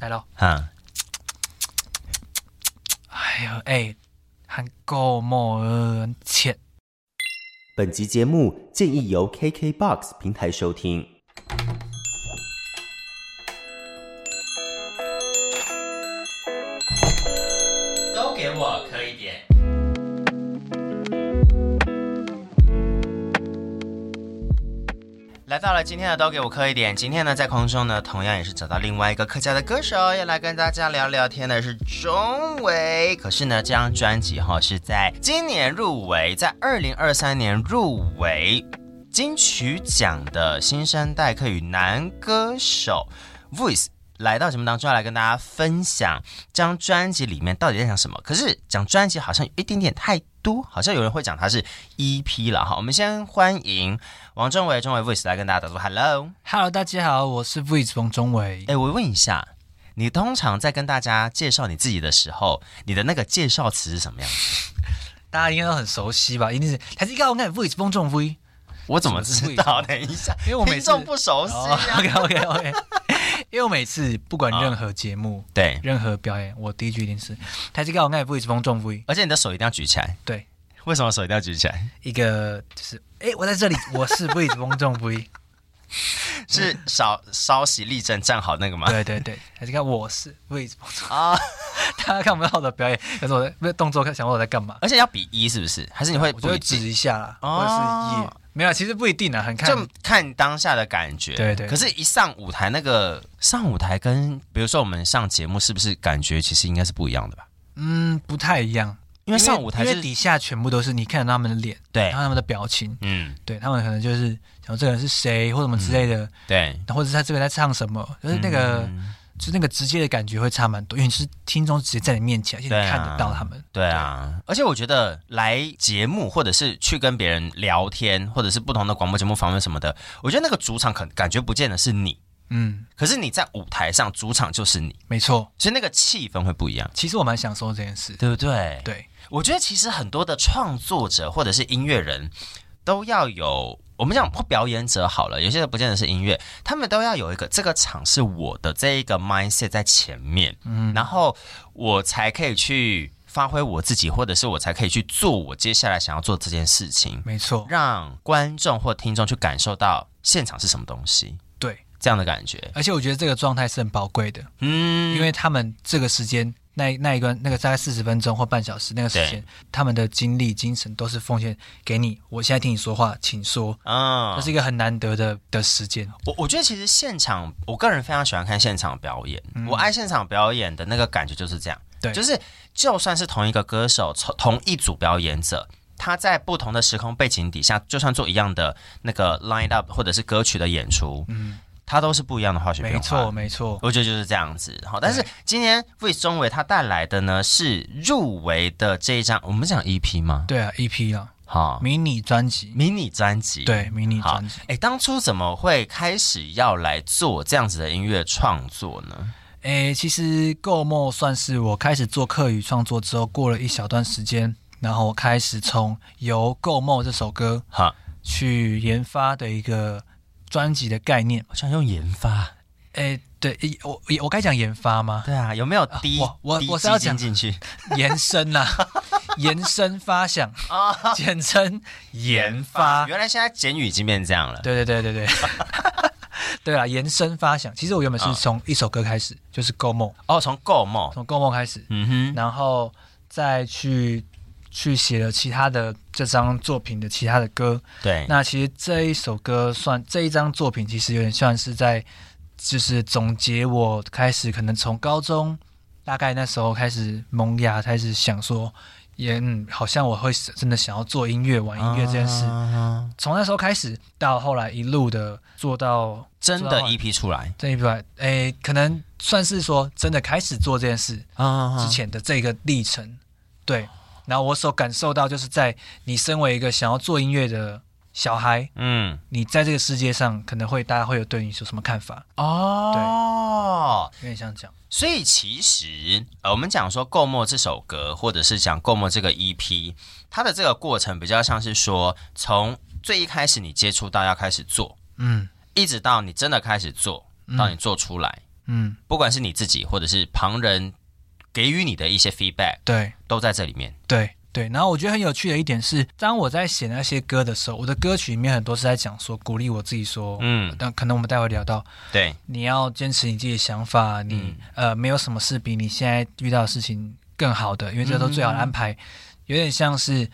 来喽！哈，哎呦，哎，很够莫恩切。本集节目建议由 KKBOX 平台收听。都给我磕一点。来到了今天的都给我磕一点。今天呢，在空中呢，同样也是找到另外一个客家的歌手，要来跟大家聊聊天的是钟伟。可是呢，这张专辑哈、是在今年入围，在二零二三年入围金曲奖的新生代客语男歌手 Voice。来到节目当中要来跟大家分享这张专辑里面到底在讲什么。可是讲专辑好像有一点点太多，好像有人会讲它是 EP 了哈。我们先欢迎王政伟、中伟 voice 来跟大家打说 hello。 Hello，大家好，我是 Voice 冯中伟。哎，我问一下，你通常在跟大家介绍你自己的时候，你的那个介绍词是什么样？大家应该都很熟悉吧？一定是还是要看 Voice 风中 V，我怎么知道？等一下，因为我每听次哦众不熟悉啊。 OK OK OK，因为我每次不管任何节目、对，任何表演，我第一句一定是还是要看 Voice 风中 V。而且你的手一定要举起来。对，为什么手一定要举起来？一个就是哎，我在这里，我是 Voice 风中 V。是稍稍息立正站好那个吗？对对对，还是看我是 Voice 风中，啊， 大家看不到我的表演，但是我在不是动作，看想我在干嘛。而且要比一是不是？还是你会我就会哎不指一定一下啦，哦或者是耶，没有，其实不一定啊，很看就看当下的感觉。对对可是，一上舞台那个上舞台跟比如说我们上节目，是不是感觉其实应该是不一样的吧？嗯不太一样，因为上舞台因为啊是哎底下全部都是你看得到他们的脸，对然后他们的表情，嗯，对他们可能就是想说这个人是谁或什么之类的，对，或者是他这边在唱什么，就是那个、嗯就是那个直接的感觉会差蛮多，因为你是听众直接在你面前，而且对你啊看得到他们，对啊，而且我觉得来节目或者是去跟别人聊天，或者是不同的广播节目访问什么的，我觉得那个主场可感觉不见得是你，嗯，可是你在舞台上主场就是你，没错，所以那个气氛会不一样，其实我蛮享受这件事，对不对？对，我觉得其实很多的创作者或者是音乐人都要有，我们讲表演者好了，有些人不见得是音乐，他们都要有一个这个场是我的这一个 mindset 在前面，嗯，然后我才可以去发挥我自己，或者是我才可以去做我接下来想要做这件事情，没错，让观众或听众去感受到现场是什么东西，对，这样的感觉，而且我觉得这个状态是很宝贵的，嗯，因为他们这个时间。那那一段那个大概四十分钟或半小时那个时间，他们的精力、精神都是奉献给你。我现在听你说话，请说，嗯这是一个很难得的的时间。我我觉得其实现场，我个人非常喜欢看现场表演。我爱现场表演的那个感觉就是这样，嗯对就是就算是同一个歌手，同同一组表演者，他在不同的时空背景底下，就算做一样的那个 line up 或者是歌曲的演出，嗯，他都是不一样的化学变化。没错，，没错，我觉得就是这样子。好，但是今天 v 中伟他带来的呢是入围的这一张，我们讲 EP 吗？对啊，EP 啊，好，迷你专辑，迷你专辑。。对，迷你好专辑。，哎，当初怎么会开始要来做这样子的音乐创作呢？诶，其实《够梦》算是我开始做客语创作之后，过了一小段时间，然后我开始从由《够梦》这首歌哈，去研发的一个专辑的概念。我想用研发。诶，对，诶我我该讲研发吗？ 对啊，有没有低、我我低我是要基讲金进去延伸呐、 延伸发想，啊？简称研发。原来现在简语已经变这样了。对对对对 对，对啊，延伸发想。其实我原本啊是从一首歌开始，就是《够梦》，哦，从购梦，从《够梦》开始，嗯哼，然后再去去写了其他的这张作品的其他的歌。对，那其实这一首歌算这一张作品，其实有点像是在就是总结我开始可能从高中大概那时候开始萌芽，开始想说。也嗯，好像我会真的想要做音乐、玩音乐这件事。啊从那时候开始，到后来一路的做到真的 EP 出来这一段，诶，可能算是说真的开始做这件事啊之前的这个历程，对。然后我所感受到，就是在你身为一个想要做音乐的小孩，嗯，你在这个世界上可能会大家会有对你有什么看法，哦，有点像这样。所以其实，呃，我们讲说《购墨》这首歌，或者是讲《购墨》这个 EP，它的这个过程比较像是说，从最一开始你接触到要开始做，嗯一直到你真的开始做，到你做出来，嗯，不管是你自己或者是旁人给予你的一些 feedback，对都在这里面。对对。然后我觉得很有趣的一点是，当我在写那些歌的时候，我的歌曲里面很多是在讲说鼓励我自己说，嗯，但可能我们待会聊到，对，你要坚持你自己的想法，你、呃没有什么事比你现在遇到的事情更好的，因为这都最好的安排。有点像是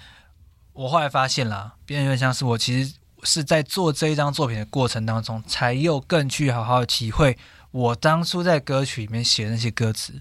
我后来发现啦，变得有点像是我其实是在做这一张作品的过程当中，才又更去好好体会我当初在歌曲里面写的那些歌词，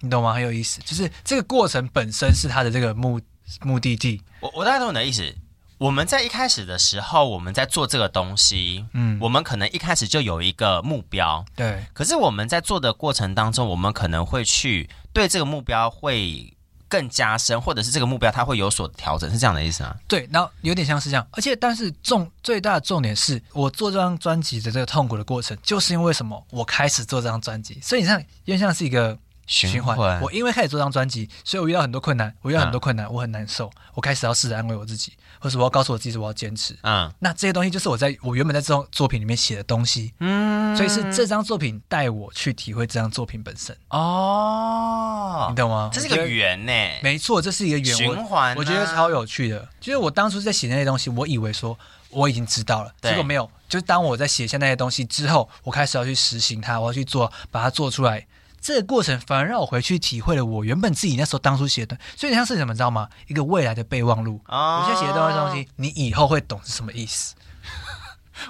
你懂吗？很有意思，就是这个过程本身是它的这个目目的地。我我大概懂你的意思。我们在一开始的时候，我们在做这个东西，嗯，我们可能一开始就有一个目标，对可是我们在做的过程当中，我们可能会去对这个目标会更加深，或者是这个目标它会有所调整，是这样的意思吗？对，然后有点像是这样，而且但是重最大的重点是我做这张专辑的这个痛苦的过程，就是因为什么？我开始做这张专辑，所以你像有点像是一个循环。我因为开始做这张专辑，所以我遇到很多困难，我遇到很多困难，我很嗯难受，我开始要试着安慰我自己，或是我要告诉我自己我要坚持。嗯那这些东西就是我在我原本在这张作品里面写的东西，嗯所以是这张作品带我去体会这张作品本身，哦你，懂吗？这是我觉个得，圆呢、没错，这是一个圆我循环啊、我觉得超有趣的，就是我当初在写那些东西，我以为说我已经知道了，对结果没有。就是当我在写下那些东西之后，我开始要去实行它，我要去做，把它做出来。这个过程反而让我回去体会了我原本自己那时候当初写的，所以像是什么，你知道吗？一个未来的备忘录。哦我现在写的东西东西，你以后会懂是什么意思，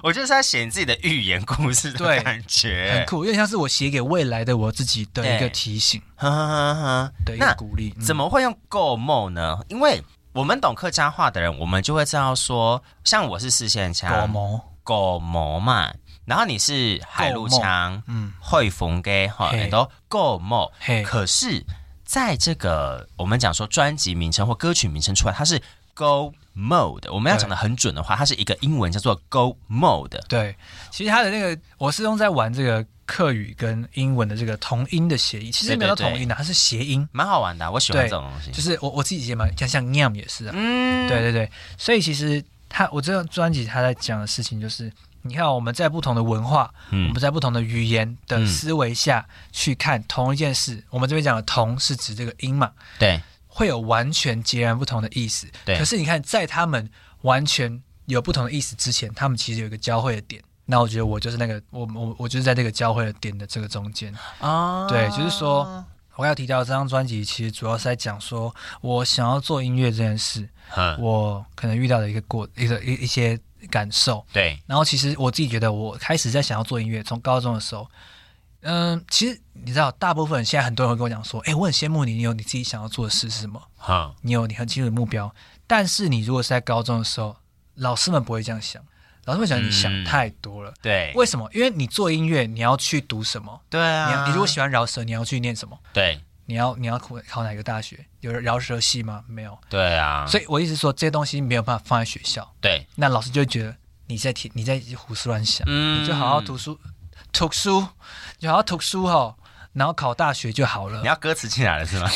我就是在写自己的寓言故事的对感觉，很。酷，有点像是我写给未来的我自己的一对个提醒呵呵呵呵的一那个鼓励。嗯怎么会用 go mo 呢？因为我们懂客家话的人，我们就会知道说，像我是四线狗腔，毛？狗毛嘛，然后你是海陆腔，嗯，会逢给哈，嘿很多 go mo。嘿，可是，在这个我们讲说专辑名称或歌曲名称出来，它是 go mode。我们要讲的很准的话，它是一个英文叫做 go mode。对，其实他的那个，我始终在玩这个客语跟英文的这个同音的谐音，其实没有对对对同音的、它是谐音，蛮好玩的啊、我喜欢对这种东西。就是我我自己写嘛，像像 Yam 也是啊，嗯对对对，所以其实他我这张专辑他在讲的事情就是，你看我们在不同的文化，我嗯们在不同的语言的嗯思维下、去看同一件事，我们这边讲的“同”是指这个音嘛，对会有完全截然不同的意思。对可是你看，在他们完全有不同的意思之前，他们其实有一个交汇的点。那我觉得我就是那个我我我就是在这个交汇的点的这个中间。啊对就是说我要提到这张专辑，其实主要是在讲说我想要做音乐这件事，嗯我可能遇到的一个过一个一一些感受。对，然后其实我自己觉得，我开始在想要做音乐，从高中的时候，嗯，其实你知道，大部分人现在很多人会跟我讲说，哎，我很羡慕你，你有你自己想要做的事是什么？哼你有你很清楚的目标，但是你如果是在高中的时候，老师们不会这样想，老师们嗯想你想太多了。对为什么？因为你做音乐，你要去读什么？对你要啊，你如果喜欢饶舌，你要去念什么？对你要你要考考哪个大学？有饶舌系吗？没有。对啊，所以我一直说这些东西没有办法放在学校，对，那老师就会觉得你在提你在胡思乱想，嗯你就好好读，书，读书，你就好好读书哈，然后考大学就好了你。要歌词进来了 是吗？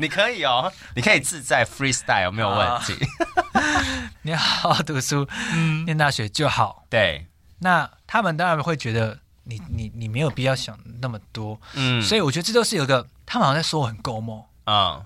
你可以哦，你可以自在 freestyle 没有问题。啊你要好好读书，嗯念大学就好。对，那他们当然会觉得你你你没有必要想那么多，嗯，所以我觉得这都是有一个他们好像在说我很够梦，嗯，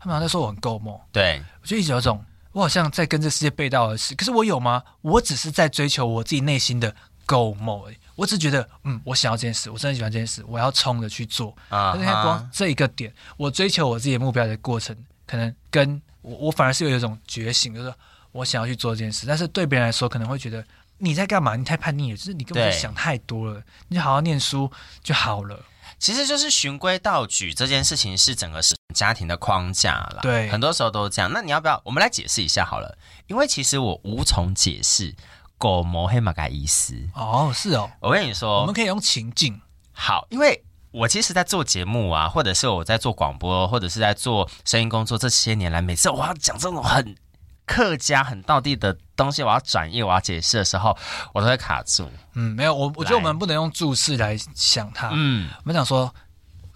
他们好像在说我很够梦，对，我就一直有一种我好像在跟这世界背道而驰，可是我有吗？我只是在追求我自己内心的够梦而已，我只觉得嗯，我想要这件事，我真的喜欢这件事，我要冲着去做。啊但是你看光哈，这一个点，我追求我自己的目标的过程，可能跟我我反而是有一种觉醒，就是我想要去做这件事，但是对别人来说可能会觉得你在干嘛？你太叛逆了，就是你根本就对想太多了，你就好好念书就好了。其实就是循规蹈矩这件事情是整个是家庭的框架啦。对很多时候都是这样。那你要不要我们来解释一下好了？因为其实我无从解释狗毛黑马嘎意思。哦，是哦，我跟你说，我们可以用情境，好，因为我其实，在做节目啊，或者是我在做广播，或者是在做声音工作，这些年来，每次我要讲这种很客家、很道地的东西，我要转译、我要解释的时候，我都会卡住。嗯，没有，我我觉得来我们不能用注释来想它，嗯，我们想说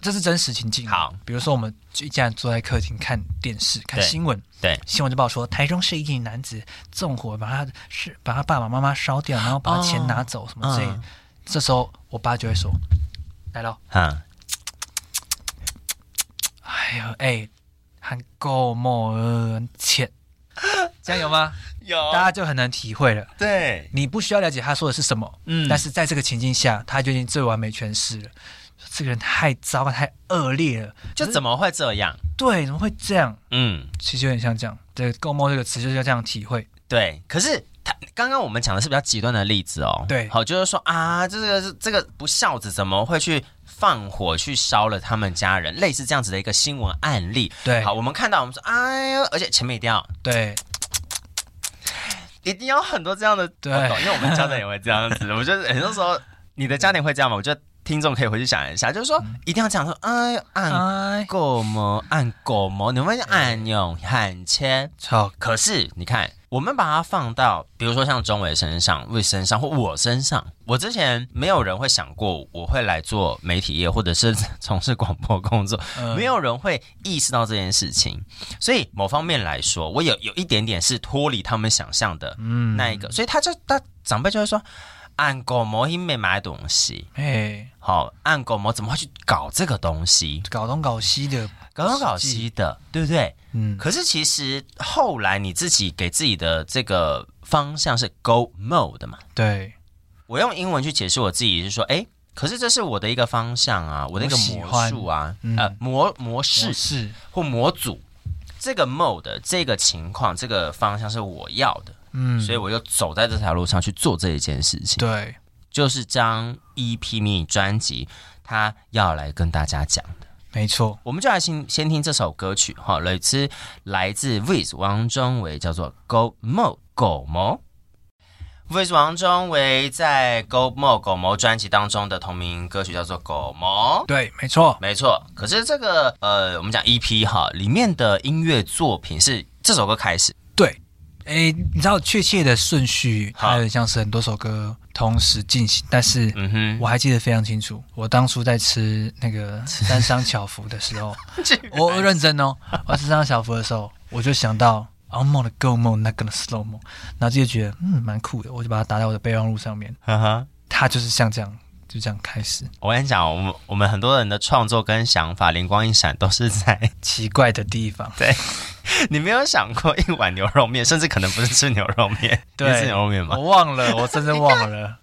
这是真实情境。啊好，比如说我们就一家人坐在客厅看电视看对新闻，对，新闻就报说，台中市一名哦男子纵火把他是把他爸爸妈妈烧掉，然后把他钱拿走什么之类的。这时候我爸就会说：“来了，嗯，哎呦，哎，很够莫呃 浅，这样有吗？有大家就很能体会了。对，你不需要了解他说的是什么，嗯但是在这个情境下，他就已经最完美诠释了。这个人太糟糕，太恶劣了。就怎么会这样？对，怎么会这样？嗯，其实有点像这样。对，够莫这个词就是要这样体会。对。可是他刚刚我们讲的是比较极端的例子哦，对好，就是说啊，这个是这个不孝子怎么会去放火去烧了他们家人，类似这样子的一个新闻案例。对，好，我们看到我们说，哎呀，而且前面一定要对，一定要很多这样的，对我懂因为我们家长也会这样子。我觉得很多时候你的家庭会这样吗？我觉得听众可以回去想一下，就是说嗯一定要讲说，哎，按哎，狗毛，按狗毛，你们按用喊签。超可是你看，我们把它放到，比如说像钟伟身上、魏身上或我身上，我之前没有人会想过我会来做媒体业，或者是从事广播工作，嗯没有人会意识到这件事情。所以某方面来说，我有有一点点是脱离他们想象的嗯那一个，所以他就他长辈就会说。按狗毛因没买东西，哎，好，按狗毛怎么会去搞这个东西？搞东搞西的，搞东搞实西际的，对不对？嗯，可是其实后来你自己给自己的这个方向是 go mode 嘛？对，我用英文去解释我自己是说，哎，可是这是我的一个方向啊，我的一个我喜魔欢术啊，嗯呃，模模式是是，或模组。这个 mode 这个情况这个方向是我要的，嗯，所以我就走在这条路上去做这一件事情。对，就是张 EP 迷你专辑，他要来跟大家讲。没错，我们就来先先听这首歌曲哈，来自来自 Viz 王中伟，叫做《Go Mo 狗毛》。Viz 王中伟在《Go Mo 狗毛》专辑当中的同名歌曲叫做《狗毛》。对，没错，没错，可是这个呃，我们讲 EP 哈，里面的音乐作品是这首歌开始，对。哎，你知道确切的顺序，好它有点像是很多首歌同时进行，但是嗯我还记得非常清楚。我当初在吃那个三商巧福的时 候，哼，我我认真哦，我吃上小福的时候，我就想到哦 I'm on the go mode, not gonna slow mo，然后就觉得嗯蛮酷的，我就把它打在我的备忘录上面。哈哈。它就是像这样，就这样开始我跟你讲，我们我们很多人的创作跟想法灵光一闪，都是在奇怪的地方。你没有想过一碗牛肉面，甚至可能不是吃牛肉面，对你是吃牛肉面吗？我忘了，我真的忘 了。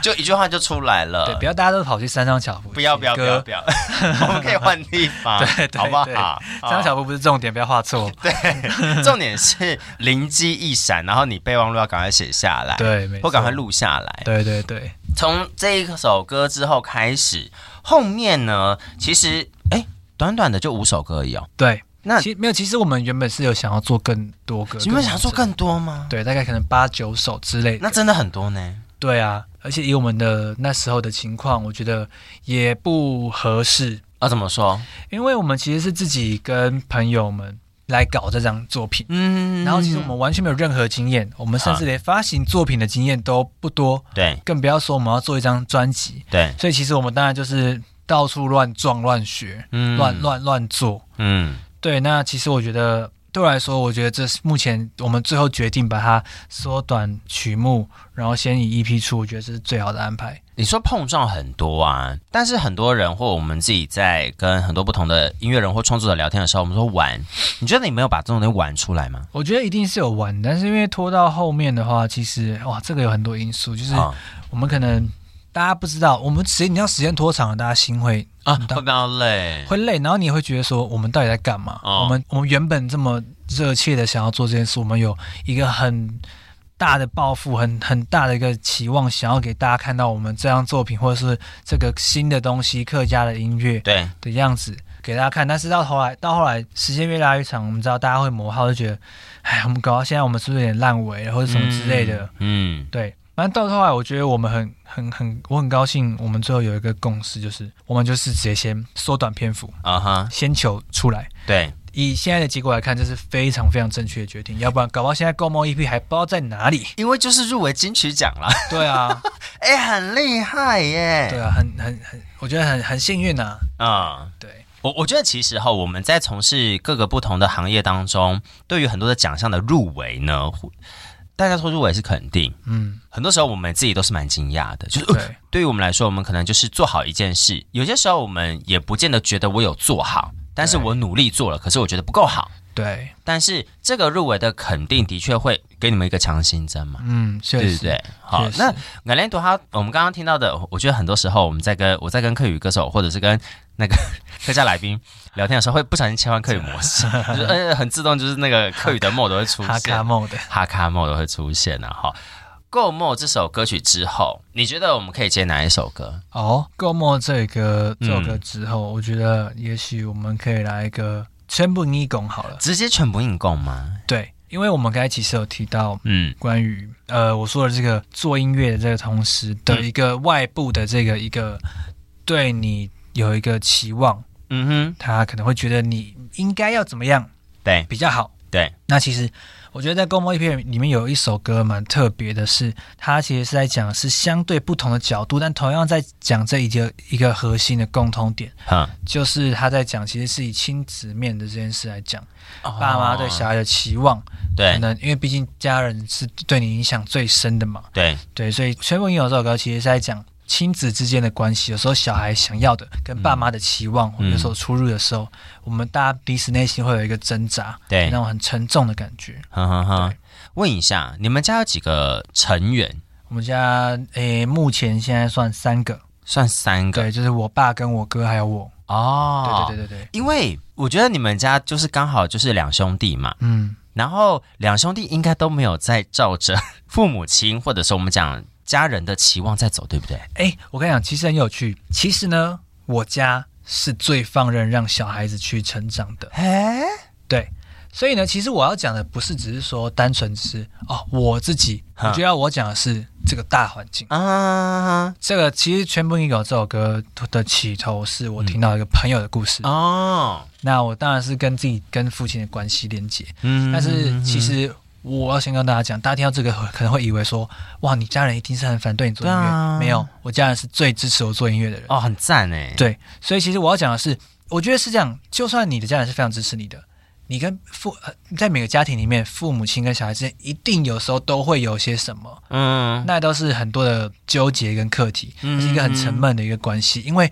就一句话就出来了。对，不要大家都跑去三商巧福，呃不要不要不要不要。要， 我们可以换地方， 对对好不对好？三商巧福不是重点，不要画错。好重点是灵机一闪，然后你备忘录要赶快写下来，，对，没错哎或赶快。录下来。对对对，从这一首歌之后开始，后面呢，其实哎，短短的就五首歌而已哦。对，那其实没有，其实我们原本是有想要做更多个，你们想做完整更多吗？对，大概可能八九首之类的。那真的很多呢。对啊，而且以我们的那时候的情况，我觉得也不合适，啊，怎么说？因为我们其实是自己跟朋友们来搞这张作品，嗯然后其实我们完全没有任何经验，我们甚至连发行作品的经验都不多，对更不要说我们要做一张专辑。对，所以其实我们当然就是到处乱撞、乱学、嗯乱，乱乱做。嗯，对，那其实我觉得。对我来说，我觉得这是目前我们最后决定把它缩短曲目，然后先以 EP 出，我觉得这是最好的安排。你说碰撞很多啊，但是很多人或我们自己在跟很多不同的音乐人或创作者聊天的时候，我们说玩，你觉得你没有把这种东西玩出来吗？我觉得一定是有玩，但是因为拖到后面的话，其实哇，这个有很多因素，就是啊我们可能大家不知道，我们时间你要时间拖长了，大家心会啊，你会当不会累？会累，然后你也会觉得说，我们到底在干嘛？哦我们我们原本这么热切的想要做这件事，我们有一个很大的抱负，很很大的一个期望，想要给大家看到我们这张作品或者是这个新的东西，客家的音乐对，的样子给大家看，但是到后来，到后来时间越拉越长，我们知道大家会磨耗，就觉得，哎，我们搞到现在，我们是不是有点烂尾了，或者什么之类的？嗯，对，反正到后来，我觉得我们很很很，我很高兴，我们最后有一个共识，就是我们就是直接先缩短篇幅，嗯啊哈，先求出来。对，以现在的结果来看，这是非常非常正确的决定，要不然搞不好现在《购梦 EP》还不知道在哪里。因为就是入围金曲奖啦，对啊，哎，很厉害耶。对啊，很很很，我觉得很很幸运啊。啊、对，我我觉得其实哈，我们在从事各个不同的行业当中，对于很多的奖项的入围呢，大家说入围是肯定，嗯，很多时候我们自己都是蛮惊讶的，就是、对，对于我们来说，我们可能就是做好一件事，有些时候我们也不见得觉得我有做好，但是对我努力做了，可是我觉得不够好。对，但是这个入围的肯定的确会给你们一个强心针嘛，嗯，确对实，不对？好确，实那雅莲朵他，我们刚刚听到的，我觉得很多时候我们在跟我在跟客语歌手或者是跟那个 客家来宾聊天的时候，会不小心切换客语模式，就是呃很自动就是那个客语的 mode 会出哈现卡，梦的，哈卡 mode 会出现啊。哈，《Go Mo》这首歌曲之后，你觉得我们可以接哪一首歌？哦，够莫这个这首歌嗯之后，我觉得也许我们可以来一个全部逆拱好了。直接全部硬供吗？对，因为我们刚才其实有提到嗯关于呃我说的这个做音乐的这个同时的嗯一个外部的这个一个对你有一个期望，嗯哼，他可能会觉得你应该要怎么样对比较好。对，那其实我觉得在《公猫一片》里面有一首歌蛮特别的是，它其实是在讲是相对不同的角度，但同样在讲这一个一个核心的共通点。哼，就是他在讲，其实是以亲子面的这件事来讲，爸妈对小哦孩的期望，可对能因为毕竟家人是对你影响最深的嘛，对对，所以《全部拥有》这首歌其实是在讲亲子之间的关系，有时候小孩想要的跟爸妈的期望，嗯有时候出入的时候，我们大家彼此内心会有一个挣扎，对那，种很沉重的感觉。哼哼哼对。问一下，你们家有几个成员？我们家诶，目前现在算三个，算三个对，就是我爸跟我哥还有我，哦。对对对。对对对，因为我觉得你们家就是刚好就是两兄弟嘛，嗯，然后两兄弟应该都没有在照着父母亲或者是我们讲家人的期望在走，对不对？哎，我跟你讲，其实很有趣。其实呢，我家是最放任让小孩子去成长的，哎，对。所以呢，其实我要讲的不是只是说单纯只是哦我自己，我哈觉得我讲的是这个大环境。啊，这个其实《全部一狗》这首歌的起头是嗯我听到一个朋友的故事，哦，那我当然是跟自己跟父亲的关系连接，嗯但是其实我要先跟大家讲，大家听到这个可能会以为说，哇，你家人一定是很反对你做音乐，对啊没有，我家人是最支持我做音乐的人。哦，很赞哎，对，所以其实我要讲的是，我觉得是这样，就算你的家人是非常支持你的，你跟父、呃、在每个家庭里面，父母亲跟小孩之间一定有时候都会有些什么，嗯，那都是很多的纠结跟课题，嗯是一个很沉闷的一个关系，因为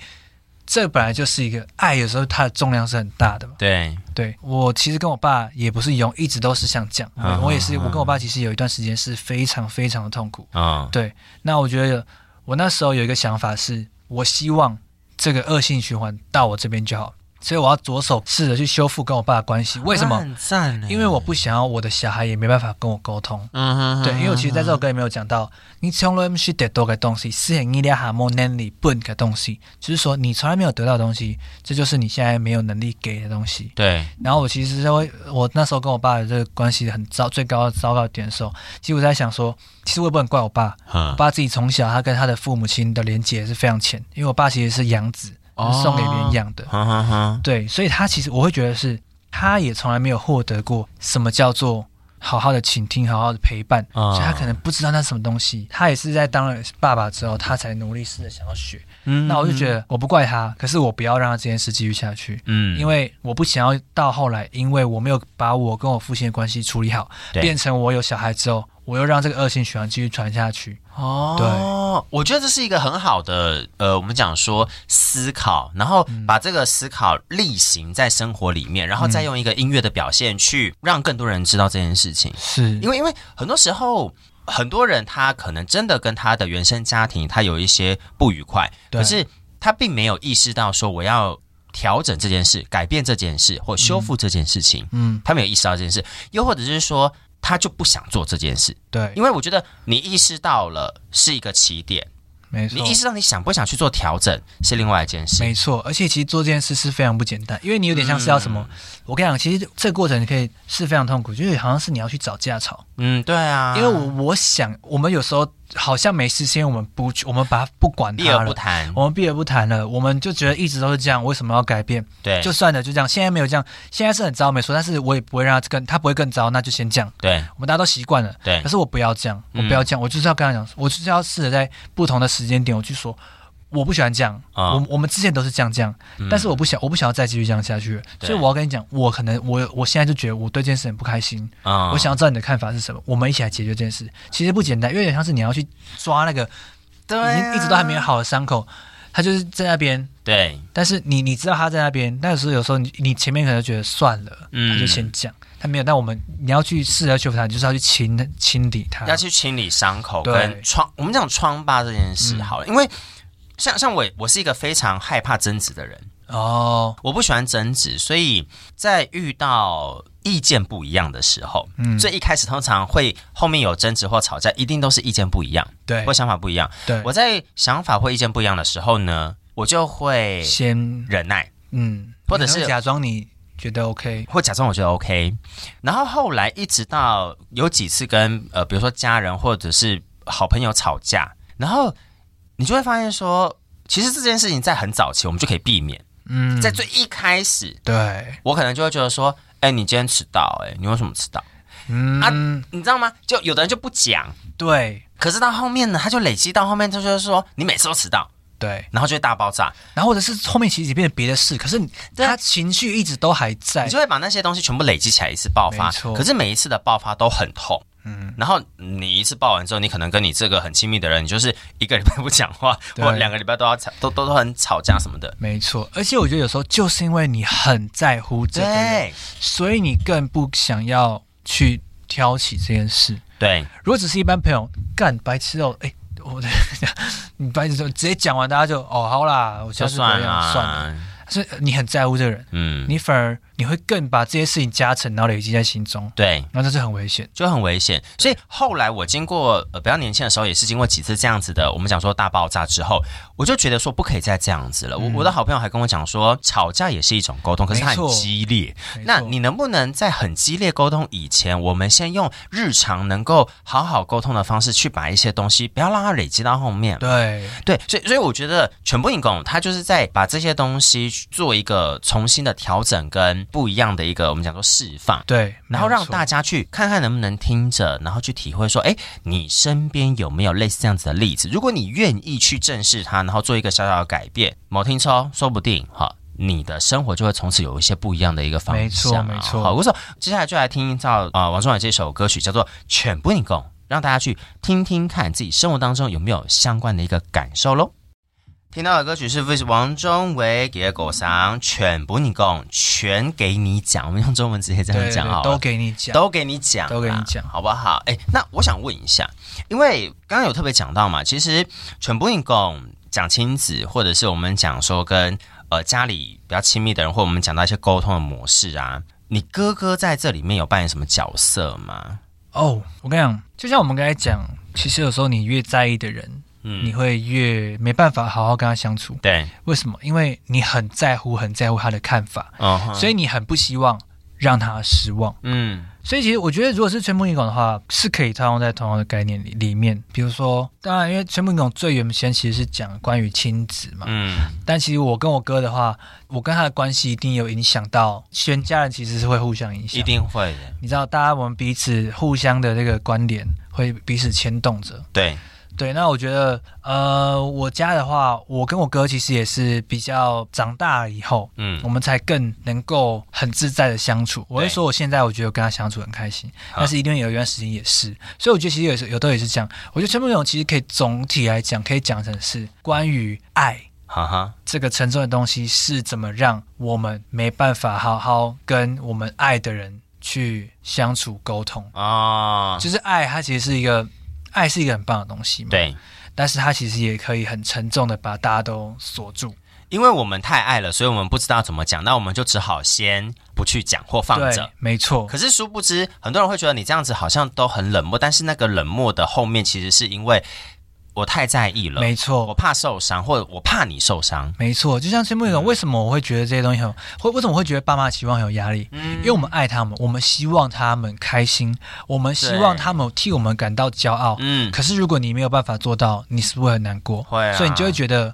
这本来就是一个爱，有时候它的重量是很大的嘛。对，对我其实跟我爸也不是一样，一直都是想讲，嗯我也是，嗯我跟我爸其实有一段时间是非常非常的痛苦。嗯，对，那我觉得我那时候有一个想法是，我希望这个恶性循环到我这边就好，所以我要着手试着去修复跟我爸的关系。为什么？啊很赞欸？因为我不想要我的小孩也没办法跟我沟通。嗯哼，对，因为我其实在这首歌里面有讲到，你从来不是得到的东西，是很你俩哈莫能力笨的东西，就是说你从来没有得到的东西，这就是你现在没有能力给的东西。对，然后我其实是会，我那时候跟我爸的这个关系很糟，最高糟糕的点的时候，其实我在想说，其实我也不能怪我爸，我嗯，爸自己从小他跟他的父母亲的连接是非常浅，因为我爸其实是养子，哦是送给别人养的，哼哼哼，对，所以他其实我会觉得是，他也从来没有获得过什么叫做好好的倾听、好好的陪伴，哦所以他可能不知道那是什么东西。他也是在当了爸爸之后，他才努力试着想要学。嗯那我就觉得，得我不怪他，可是我不要让他这件事继续下去。嗯因为我不想要到后来，因为我没有把我跟我父亲的关系处理好，对变成我有小孩之后，我又让这个恶性循环继续传下去。哦，对，我觉得这是一个很好的，呃，我们讲说思考，然后嗯把这个思考例行在生活里面，然后再用一个音乐的表现去让更多人知道这件事情，是因为因为很多时候。很多人他可能真的跟他的原生家庭他有一些不愉快，对可是他并没有意识到说我要调整这件事、改变这件事或修复这件事情，嗯，他没有意识到这件事，又或者是说他就不想做这件事，对，因为我觉得你意识到了是一个起点，没错你，意识到你想不想去做调整是另外一件事。没错。而且其实做这件事是非常不简单，因为你有点像是要什么？嗯我跟你讲，其实这个过程你可以是非常痛苦，就是好像是你要去找架吵。嗯，对啊，因为我我想，我们有时候好像没事，是因为我们不去，我们把它不管避它而不了。哦谈，我们避而不谈了，我们就觉得一直都是这样，为什么要改变？对，就算了，就这样。现在没有这样，现在是很糟，没错，但是我也不会让他更，他不会更糟，那就先这样。对我们大家都习惯了，对可是我不要这样，我哎嗯不要这样，我就是要跟他讲，我就是要试着在不同的时间点，我去说，我不喜欢这样，啊嗯我我们之前都是这样这样，但是我不想我不想要再继续这样下去了，对所以我要跟你讲，我可能我我现在就觉得我对这件事很不开心，啊我想要知道你的看法是什么，我们一起来解决这件事。其实不简单，因为有点像是你要去抓那个对已啊经一直都还没有好的伤口，它就是在那边，对，但是你你知道它在那边，但是有时候你你前面可能觉得算了，嗯他就先讲，他没有，但我们你要去试着修复它，你就是要去清清理它，要去清理伤口啊对嗯跟疮，我们讲疮疤这件事好了，因为像像我也，我是一个非常害怕争执的人，哦，我不喜欢争执，所以在遇到意见不一样的时候，嗯，最一开始通常会后面有争执或吵架，一定都是意见不一样对或想法不一样。对，我在想法或意见不一样的时候呢，我就会先忍耐嗯，或者你可能是假装你觉得 OK，或假装我觉得 OK，然后后来一直到有几次跟呃，比如说家人或者是好朋友吵架，然后你就会发现说，其实这件事情在很早期我们就可以避免，嗯，在最一开始，对，我可能就会觉得说，哎、你今天迟到、哎，你为什么迟到？嗯，你知道吗？就有的人就不讲，对可是到后面呢，他就累积到后面，他就是说你每次都迟到，对，然后就会大爆炸，然后或者是后面其实变成别的事，可是你对他情绪一直都还在你就，会把那些东西全部累积起来一次爆发没。错可是每一次的爆发都很痛。嗯，然后你一次爆完之后，你可能跟你这个很亲密的人，你就是一个礼拜不讲话，对或两个礼拜都要吵，都都都很吵架什么的。没错，而且我觉得有时候就是因为你很在乎这个人，对所以你更不想要去挑起这件事。对，如果只是一般朋友，干白痴哦，哎、我的， 你白痴就直接讲完，大家就哦好啦，我下就次不要算这样啦，算了。所以你很在乎这个人，嗯，你反而你会更把这些事情加成，然后累积在心中，对。然后这是很危险。就很危险，所以后来我经过呃比较年轻的时候，也是经过几次这样子的，我们讲说大爆炸之后，我就觉得说不可以再这样子了。我我的好朋友还跟我讲说，吵架也是一种沟通，可是它很没错激烈，没那错你能不能在很激烈沟通以前，我们先用日常能够好好沟通的方式去把一些东西，不要让它累积到后面。对对，所以所以我觉得全部引拱，它就是在把这些东西去做一个重新的调整跟不一样的一个我们讲说释放。对，然后让大家家去看看能不能听着，然后去体会说，哎，你身边有没有类似这样子的例子？如果你愿意去正视它，然后做一个小小的改变，某听抽，说不定哈，你的生活就会从此有一些不一样的一个方向啊、没错没错好，我说接下来就来听到啊、呃王中伟这首歌曲叫做《全部你共》，让大家去听听看自己生活当中有没有相关的一个感受喽。听到的歌曲是 Vis 王中伟给的狗赏，全部你共，全给你讲。我们用中文直接这对样对讲好对了，都给你讲，都给你讲啊，都给你讲好不好？哎，那我想问一下，因为刚刚有特别讲到嘛，其实全部运动讲亲子，或者是我们讲说跟呃家里比较亲密的人，或我们讲到一些沟通的模式啊，你哥哥在这里面有扮演什么角色吗？哦。我跟你讲，就像我们刚才讲，其实有时候你越在意的人，嗯你会越没办法好好跟他相处。对，为什么？因为你很在乎，很在乎他的看法，嗯哼，所以你很不希望让他失望。嗯，所以其实我觉得，如果是全部引拱的话，是可以套用在同样的概念里里面。比如说，当然，因为全部引拱最原先其实是讲关于亲子嘛，嗯，但其实我跟我哥的话，我跟他的关系一定有影响到，全家人其实是会互相影响。一，定会的，你知道，大家我们彼此互相的这个关联，会彼此牵动着。对，对，那我觉得，呃，我家的话，我跟我哥其实也是比较长大了以后，嗯我，们才更能够很自在的相处。我会对说，我现在我觉得我跟他相处很开心，好但是一定有一段时间也是，所以我觉得其实有时候有的也是这样。我觉得全部勇其实可以总体来讲，可以讲成是关于爱哈哈，这个沉重的东西是怎么让我们没办法好好跟我们爱的人去相处沟通。哦，就是爱，它其实是一个爱是一个很棒的东西嘛。对，但是它其实也可以很沉重的把大家都锁住，因为我们太爱了，所以我们不知道怎么讲，那我们就只好先不去讲或放着对。，没错，可是殊不知，很多人会觉得你这样子好像都很冷漠，但是那个冷漠的后面其实是因为我太在意了，没我错，怕受伤，或者我怕你受伤。没错。就像崔木嗯勇，为什么我会觉得这些东西很，会为什么我会觉得爸妈期望很有压力？因为我们爱他们，我们希望他们开心，我们希望他们替我们感到骄傲。嗯，可是如果你没有办法做到，你是不是会很难过？会啊所以你就会觉得，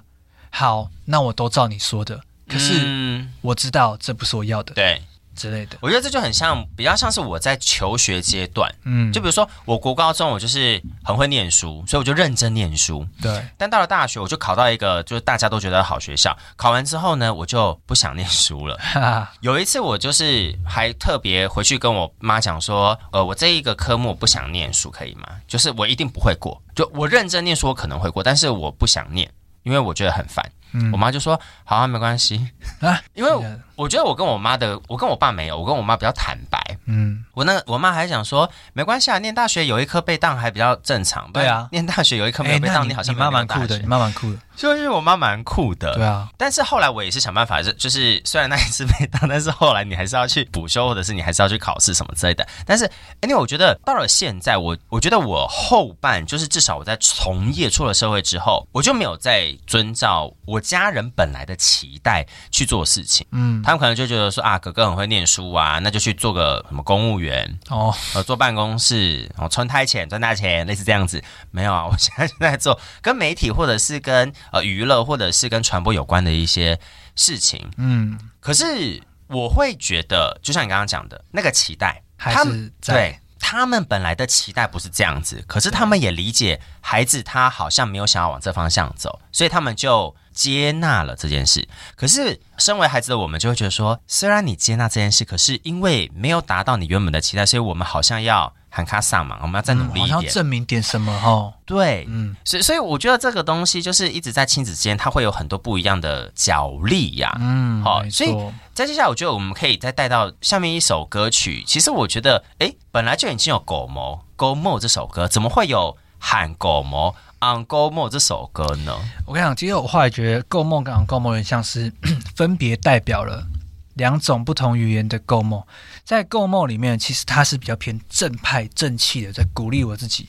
好，那我都照你说的，可是嗯我知道这不是我要的。对之类的。我觉得这就很像，比较像是我在求学阶段，嗯，就比如说我国高中我就是很会念书，所以我就认真念书。 对，但到了大学，我就考到一个就是大家都觉得好学校，考完之后呢，我就不想念书了。哈哈，有一次我就是还特别回去跟我妈讲说，呃，我这一个科目我不想念书，可以吗？就是我一定不会过，就我认真念书我可能会过，但是我不想念，因为我觉得很烦。嗯我妈就说：“好啊，没关系。啊，因为真的我觉得我跟我妈的，我跟我爸没有，我跟我妈比较坦白。嗯，我那我妈还想说，没关系啊，念大学有一科被当还比较正常。不然对啊念大学有一科没哎有被那当，你好像你没有妈蛮念大酷的，学你妈蛮酷的，就是我妈蛮酷的。对啊，但是后来我也是想办法，就就是虽然那一次被当，但是后来你还是要去补修，或者是你还是要去考试什么之类的。但是，因为我觉得到了现在，我我觉得我后半就是至少我在从业出了社会之后，我就没有再遵照我家人本来的期待去做事情。嗯，他们可能就觉得说啊，哥哥很会念书啊，那就去做个什么公务员，哦，呃，坐办公室，哦，穿胎钱赚大钱，类似这样子。没有啊，我 现在就在做跟媒体或者是跟呃娱乐或者是跟传播有关的一些事情。嗯，可是我会觉得，就像你刚刚讲的那个期待，还他是们在对他们本来的期待不是这样子，可是他们也理解孩子他好像没有想要往这方向走，所以他们就接纳了这件事。可是身为孩子的我们就会觉得说，虽然你接纳这件事，可是因为没有达到你原本的期待，所以我们好像要喊卡上嘛，我们要再嗯努力好一像要点。证明点什么哦，对，嗯，所以所以我觉得这个东西就是一直在亲子之间，它会有很多不一样的角力呀、嗯，好没所以错在接下来，我觉得我们可以再带到下面一首歌曲。其实我觉得，诶，本来就已经有《狗毛》《狗毛》这首歌，怎么会有喊《狗毛》《On 狗毛》这首歌呢？我跟你讲，其实我后来觉得“构梦”跟“构梦”有点像是 分别代表了两种不同语言的“构梦”。在“构梦”里面，其实它是比较偏正派、正气的，在鼓励我自己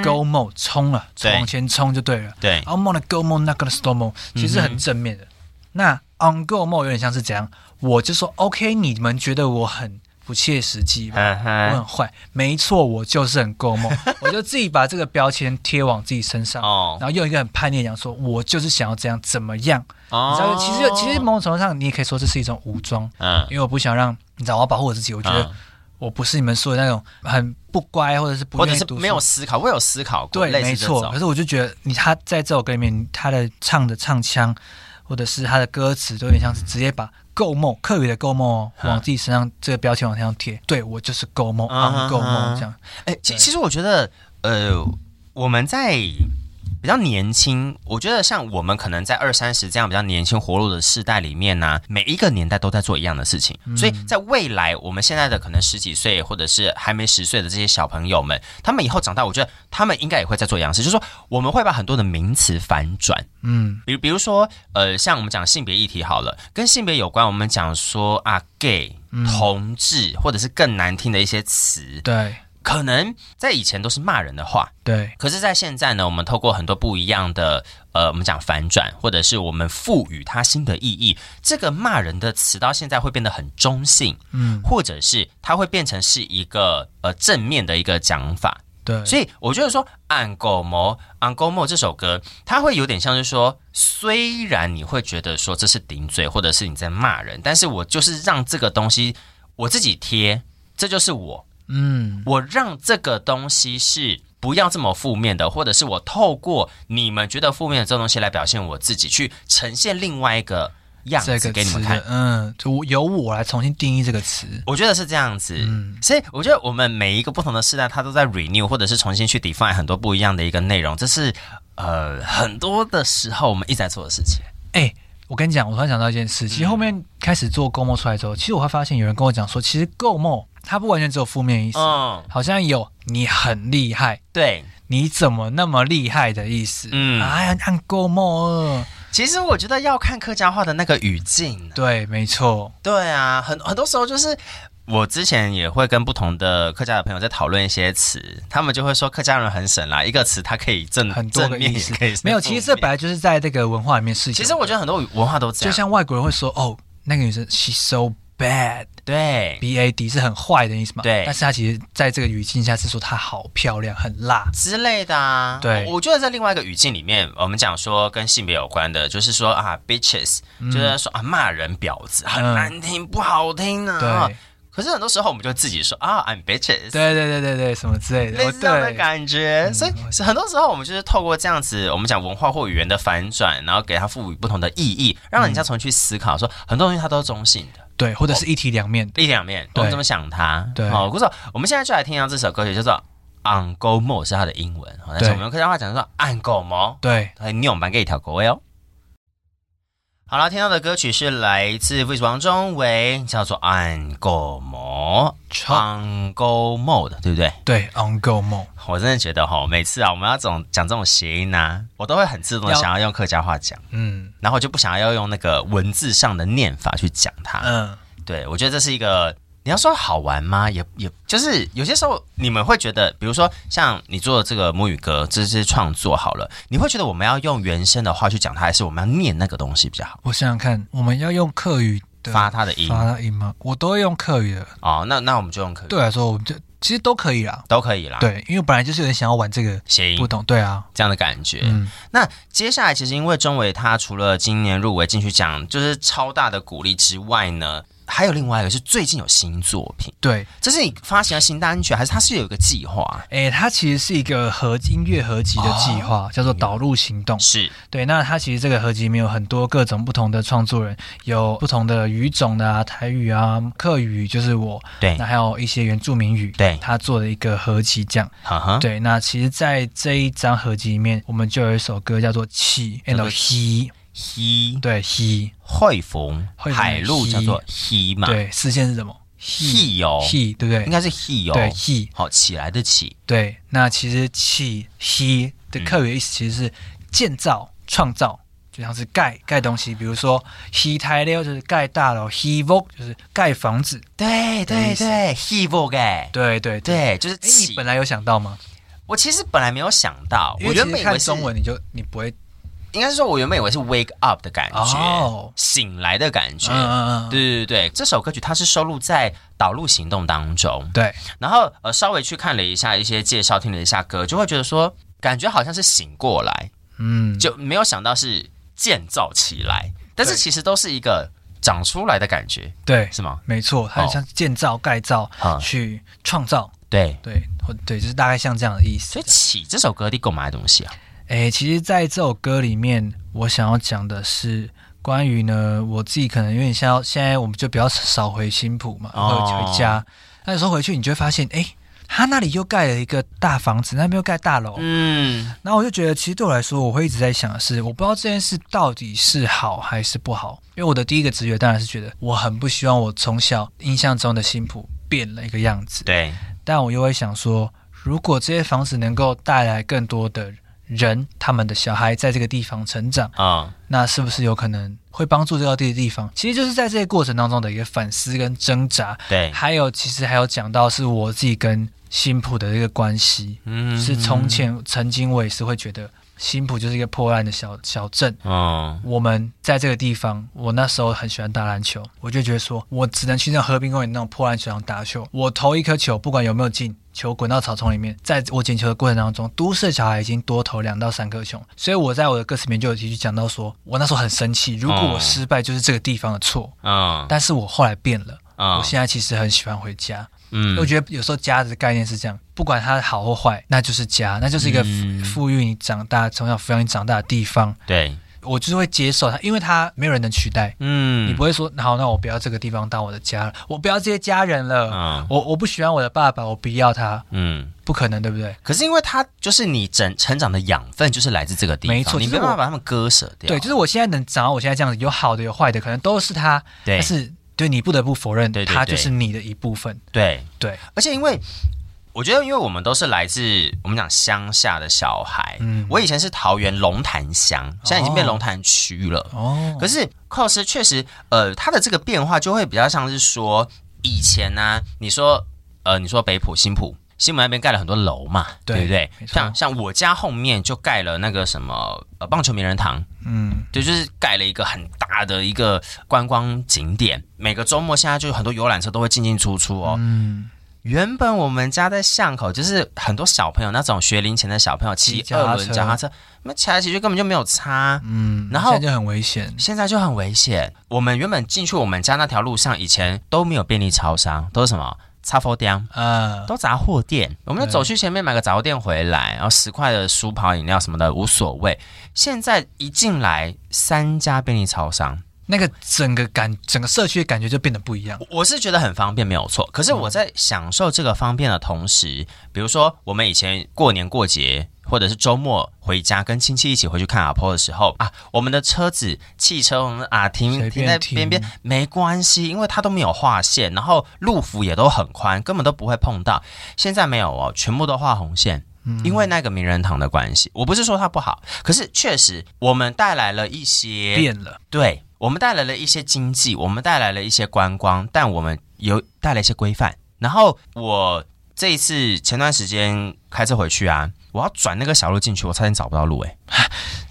“go more”，冲了，对往前冲就对了。啊对，嗯 “I'm gonna go more, not gonna stop more”，其实很正面的。那啊 “on go more” 有点像是怎样？我就说 “OK”，你们觉得我很不切实际吧？嗯我哼，很坏，没错，我就是很够 梦，我就自己把这个标签贴往自己身上，哦然后用一个很叛逆的讲说，我就是想要这样，怎么样？你知道，哦其实其实某种程度上，你也可以说这是一种武装，嗯，因为我不想让你知道，我要保护我自己。我觉得嗯我不是你们说的那种很不乖，或者是不或者愿意是读书没有思考，我有思考过，对，类没似这错。可种，是我就觉得你他在这首歌里面，他的唱的唱腔，或者是他的歌词，都有点像是直接把“够梦”客语的“够梦”哦，嗯往自己身上这个标签往身上贴。对我就是够梦，嗯昂够梦嗯这样。哎，其对其实我觉得，呃，我们在比较年轻，我觉得像我们可能在二三十这样比较年轻活络的世代里面呢、啊每一个年代都在做一样的事情，所以在未来，我们现在的可能十几岁或者是还没十岁的这些小朋友们，他们以后长大，我觉得他们应该也会在做一样的事，就是说我们会把很多的名词反转，嗯比如比如说，呃，像我们讲性别议题好了，跟性别有关，我们讲说啊，gay、同志，或者是更难听的一些词，，对可能在以前都是骂人的话，对，可是，在现在呢，我们透过很多不一样的，呃，我们讲反转，或者是我们赋予它新的意义，这个骂人的词到现在会变得很中性，嗯或者是它会变成是一个呃正面的一个讲法。对，所以我觉得说《暗狗魔》《暗狗魔》这首歌，它会有点像是说，虽然你会觉得说这是顶嘴，或者是你在骂人，但是我就是让这个东西我自己贴，这就是我，嗯我让这个东西是不要这么负面的，或者是我透过你们觉得负面的这种东西来表现我自己，去呈现另外一个样这子个给你词们看的。，嗯，就我由我来重新定义这个词。我觉得是这样子，嗯所以我觉得我们每一个不同的时代，它都在 renew 或者是重新去 define 很多不一样的一个内容，这是呃很多的时候我们一直在做的事情。哎，我跟你讲，我突然想到一件事，其嗯实后面开始做够梦出来之后，其实我会发现有人跟我讲说，其实够梦它不完全只有负面意思，嗯，好像有你很厉害。对，你怎么那么厉害的意思？嗯哎呀，按够梦，其实我觉得要看客家话的那个语境，啊对，没错，对啊，很很多时候就是我之前也会跟不同的客家的朋友在讨论一些词，他们就会说客家人很省啦，一个词它可以正很多正个面意也思可以是没有。负其实这面本来就是在这个文化里面是有的。其实我觉得很多文化都这就样，像外国人会说，哦，那个女生 she's so bad 对 b a d 是很坏的意思嘛？对但是它其实在这个语境下是说它好漂亮，很辣。之类的啊。对我我觉得在另外一个语境里面，我们讲说跟性别有关的，就是说啊，bitches，、就是说啊，骂人婊子很嗯难听，不好听对，啊。可是很多时候我们就自己说啊，I'm bitches。嗯对对对对对，什么之类的，类哦似这样的对，嗯感觉，所以很多时候我们就是透过这样子，我们讲文化或语言的反转，然后给它赋予不同的意义，让人家重去思考说，很多东西它都是中性的。对，或者哦是一体两面的。一体两面，对我们这么想它。对好，故此我们现在就来听一下这首歌曲，叫做《Uncle Mo》，是它的英文。好，但是对我们用客家话讲说《Uncle Mo》，对，很扭蛮给一条狗位哦。好了，听到的歌曲是来自 v 王中伟，叫做《Uncle Mo》超，Uncle Mo 的，对不对？对 on go 梦，我真的觉得哈，每次啊，我们要总讲这种谐音啊，我都会很自动的要想要用客家话讲，嗯然后我就不想要用那个文字上的念法去讲它。嗯，对，我觉得这是一个，你要说好玩吗？也也就是有些时候你们会觉得，比如说像你做这个母语歌，这是创作好了，你会觉得我们要用原声的话去讲它，还是我们要念那个东西比较好？我想想看，我们要用客语的发它的音发音吗？我都会用客语的，哦，那那我们就用可对我来说，我们就其实都可以啦。都可以啦。，对，因为我本来就是有点想要玩这个，谐啊音不懂，对啊，这样的感觉。嗯，那接下来，其实因为钟伟他除了今年入围金曲奖，就是超大的鼓励之外呢，还有另外一个是最近有新作品，对，这是你发行了新单曲，还是它是有一个计划？诶，它其实是一个合音乐合集的哦计划，叫做导入行动。是对，那它其实这个合集里面有很多各种不同的创作人，有不同的语种的啊，台语啊、客语，就是我，对那，还有一些原住民语，哎对嗯啊他做的一个合集这样。哈哈，对，那其实，在这一张合集里面，我们就有一首歌叫做《气》叫，and 做 he， he 对 he，汇丰汇丰的海陆 he 叫做 he 嘛，对，视线是什么 he 哦？he 对不对？应该是 he 对哦， he 好起来的起，对，那其实起 he 的嗯客语意思其实是建造、创造，就像是盖盖东西，比如说 he 台料就是盖大楼，he v o 就是盖房子。对对意思对，he v o 盖，对对对。对，就是哎，你起本。来有想到吗？我其实本来没有想到，因我为其原实本以看为是中文你就你不会应该是说，我原本以为是 wake up 的感觉，哦醒来的感嗯觉。嗯嗯嗯，对对对，这首歌曲它是收录在《导入行动》当中，对然后呃稍微去看了一下一些介绍，听了一下歌，就会觉得说感觉好像是醒过来，嗯，就没有想到是建造起来，但是对其实都是一个长出来的感觉，对，是吗？没错，它哦很像建造、盖造、啊去创造，对，对，或对，就是大概像这样的意思所以。起这首歌你购买的东西啊，诶，其实在这首歌里面，我想要讲的是关于呢，我自己可能有点像现在我们就比较少回新浦嘛，哦回回家，那有时候回去你就会发现，诶，他那里又盖了一个大房子，那边又盖大楼，嗯，然后我就觉得，其实对我来说，我会一直在想的是，我不知道这件事到底是好还是不好。因为我的第一个直觉当然是觉得，我很不希望我从小印象中的新浦变了一个样子，对，但我又会想说，如果这些房子能够带来更多的人，他们的小孩在这个地方成长，嗯，那是不是有可能会帮助这个地地方？其实就是在这些过程当中的一个反思跟挣扎，对，还有其实还有讲到是我自己跟新浦的这个关系。嗯是从，前曾经我也是会觉得新浦就是一个破烂的小小镇。嗯，我们在这个地方，我那时候很喜欢打篮球，我就觉得说，我只能去那种和平公园那种破烂球场打球。我投一颗球，不管有没有进，球滚到草丛里面。在我捡球的过程当中，都市小孩已经多投两到三颗球，所以我在我的歌词里面就有提及讲到说，我那时候很生气，如果哦我失败就是这个地方的错。嗯，但是我后来变了，嗯我现在其实很喜欢回家。嗯我觉得有时候家的概念是这样，不管它好或坏，那就是家，那就是一个抚嗯抚育你长大、从小抚养你长大的地方。对，我就是会接受它，因为它没有人能取代。嗯，你不会说好，那我不要这个地方当我的家了，我不要这些家人了，嗯我我不喜欢我的爸爸，我不要他，嗯，不可能，对不对？可是因为它就是你整成长的养分，就是来自这个地方，没错你就是没办法我把它们割舍掉。对，就是我现在能长到我现在这样子，有好的有坏的，可能都是他，对但是对你不得不否认，对对他对就是你的一部分。对，对，而且因为我觉得，因为我们都是来自我们讲乡下的小孩，嗯我以前是桃园龙潭乡，现在已经变龙潭区了。哦，可是 cos 确实，呃，它的这个变化就会比较像是说，以前呢、你说，呃，你说北浦、新浦，西门那边盖了很多楼嘛，对对不对？没错像像我家后面就盖了那个什么呃棒球名人堂，嗯，对，就是盖了一个很大的一个观光景点，每个周末现在就有很多游览车都会进进出出哦。嗯，原本我们家在巷口，就是很多小朋友那种学龄前的小朋友骑骑脚二踏轮车脚踏车，那骑来骑去根本就没有差。嗯，然后现在就很危险，现在就很危险。我们原本进去我们家那条路上，以前都没有便利超商，都是什么叉佛店，啊，都杂货店。我们就对走去前面买个杂货店回来，然后十块的书跑饮料什么的无所谓。现在一进来三家便利超商，那个整个感整个社区的感觉就变得不一样，嗯我我是觉得很方便，没有错。可是我在享受这个方便的同时，比如说我们以前过年过节或者是周末回家跟亲戚一起回去看阿婆的时候啊，我们的车子汽车我们啊停随便停在停边边没关系，因为它都没有划线，然后路幅也都很宽，根本都不会碰到。现在没有哦，全部都画红线。嗯因为那个名人堂的关系，我不是说它不好，可是确实我们带来了一些变了，对我们带来了一些经济，我们带来了一些观光，但我们有带来一些规范。然后我这一次前段时间开车回去啊，我要转那个小路进去，我差点找不到路哎、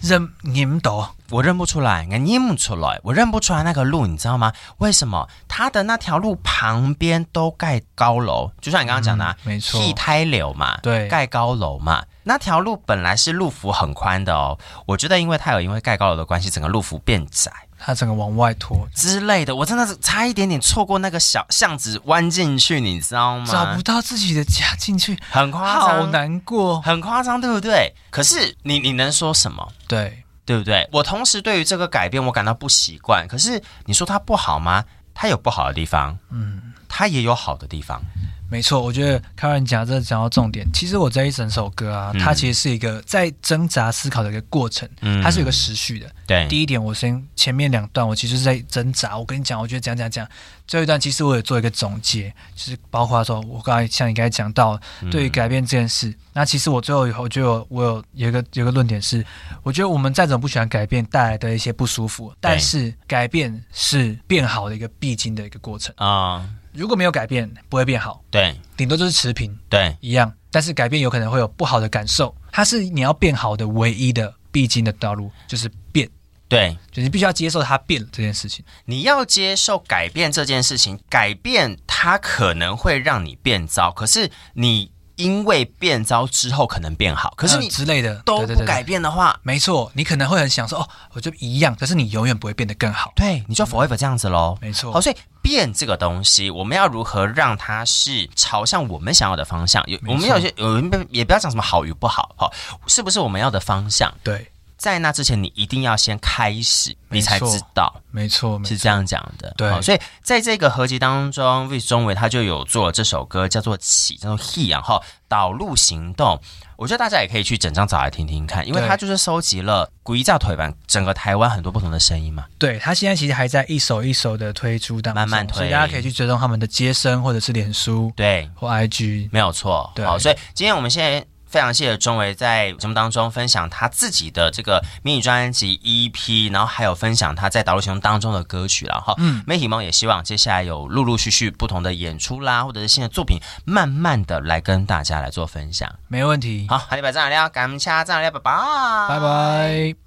认你们懂，我认不出来，我认不出来，我认不出来那个路，你知道吗？为什么？它的那条路旁边都盖高楼，就像你刚刚讲的、啊，嗯没错替胎流嘛，对盖高楼嘛。那条路本来是路幅很宽的哦，我觉得因为它有因为盖高楼的关系，整个路幅变窄。它整个往外拖，之类的，我真的是差一点点错过那个小巷子弯进去，你知道吗？找不到自己的家进去，很夸好张，难过，很夸张，对不对？可是你你能说什么？对，对不对？我同时对于这个改变我感到不习惯，可是你说它不好吗？它有不好的地方，嗯，它也有好的地方，没错，我觉得凯文讲这讲到重点。其实我这一整首歌啊，嗯它其实是一个在挣扎思考的一个过程，嗯它是有一个时序的。对，第一点，我先前面两段我其实是在挣扎。我跟你讲，我觉得讲讲讲，最后一段其实我有做一个总结，就是包括说，我刚才像你刚才讲到嗯对于改变这件事，那其实我最后以后就有我有有一个有一个论点是，我觉得我们再怎么不喜欢改变带来的一些不舒服，但是改变是变好的一个必经的一个过程。啊、如果没有改变，不会变好，对顶多就是持平对，一样。但是改变有可能会有不好的感受，它是你要变好的唯一的必经的道路，就是变。对，就你必须要接受它变了这件事情。你要接受改变这件事情，改变它可能会让你变糟，可是你因为变糟之后可能变好，可是呃你之类的都对对不对改对变的话，没错，你可能会很享受哦，我就一样，可是你永远不会变得更好。对，你就 forever 这样子喽。嗯没错好，，所以变这个东西，我们要如何让它是朝向我们想要的方向？有没我错们有些，我们也不要讲什么好与不好，哈、是不是我们要的方向？对，在那之前，你一定要先开始，你没错才知道。没错，没是错，这样讲的，对好所以在这个合集当中，V 中伟他就有做了这首歌，叫做《起》，叫做《He》，然后导入行动。我觉得大家也可以去整张找来听听看，因为对他就是收集了古一炸腿版整个台湾很多不同的声音嘛。对他现在其实还在一首一首的推出当中，慢慢推所以大家可以去追踪他们的接生或者是脸书对，或 IG。没有错。对好，所以今天我们现在。非常谢谢钟维在节目当中分享他自己的这个迷你专辑 EP，然后还有分享他在导入行动当中的歌曲了哈。嗯，媒体梦也希望接下来有陆陆续续不同的演出啦，或者是新的作品，慢慢的来跟大家来做分享。没问题，好，下礼拜再聊，感谢再聊，拜拜，拜拜。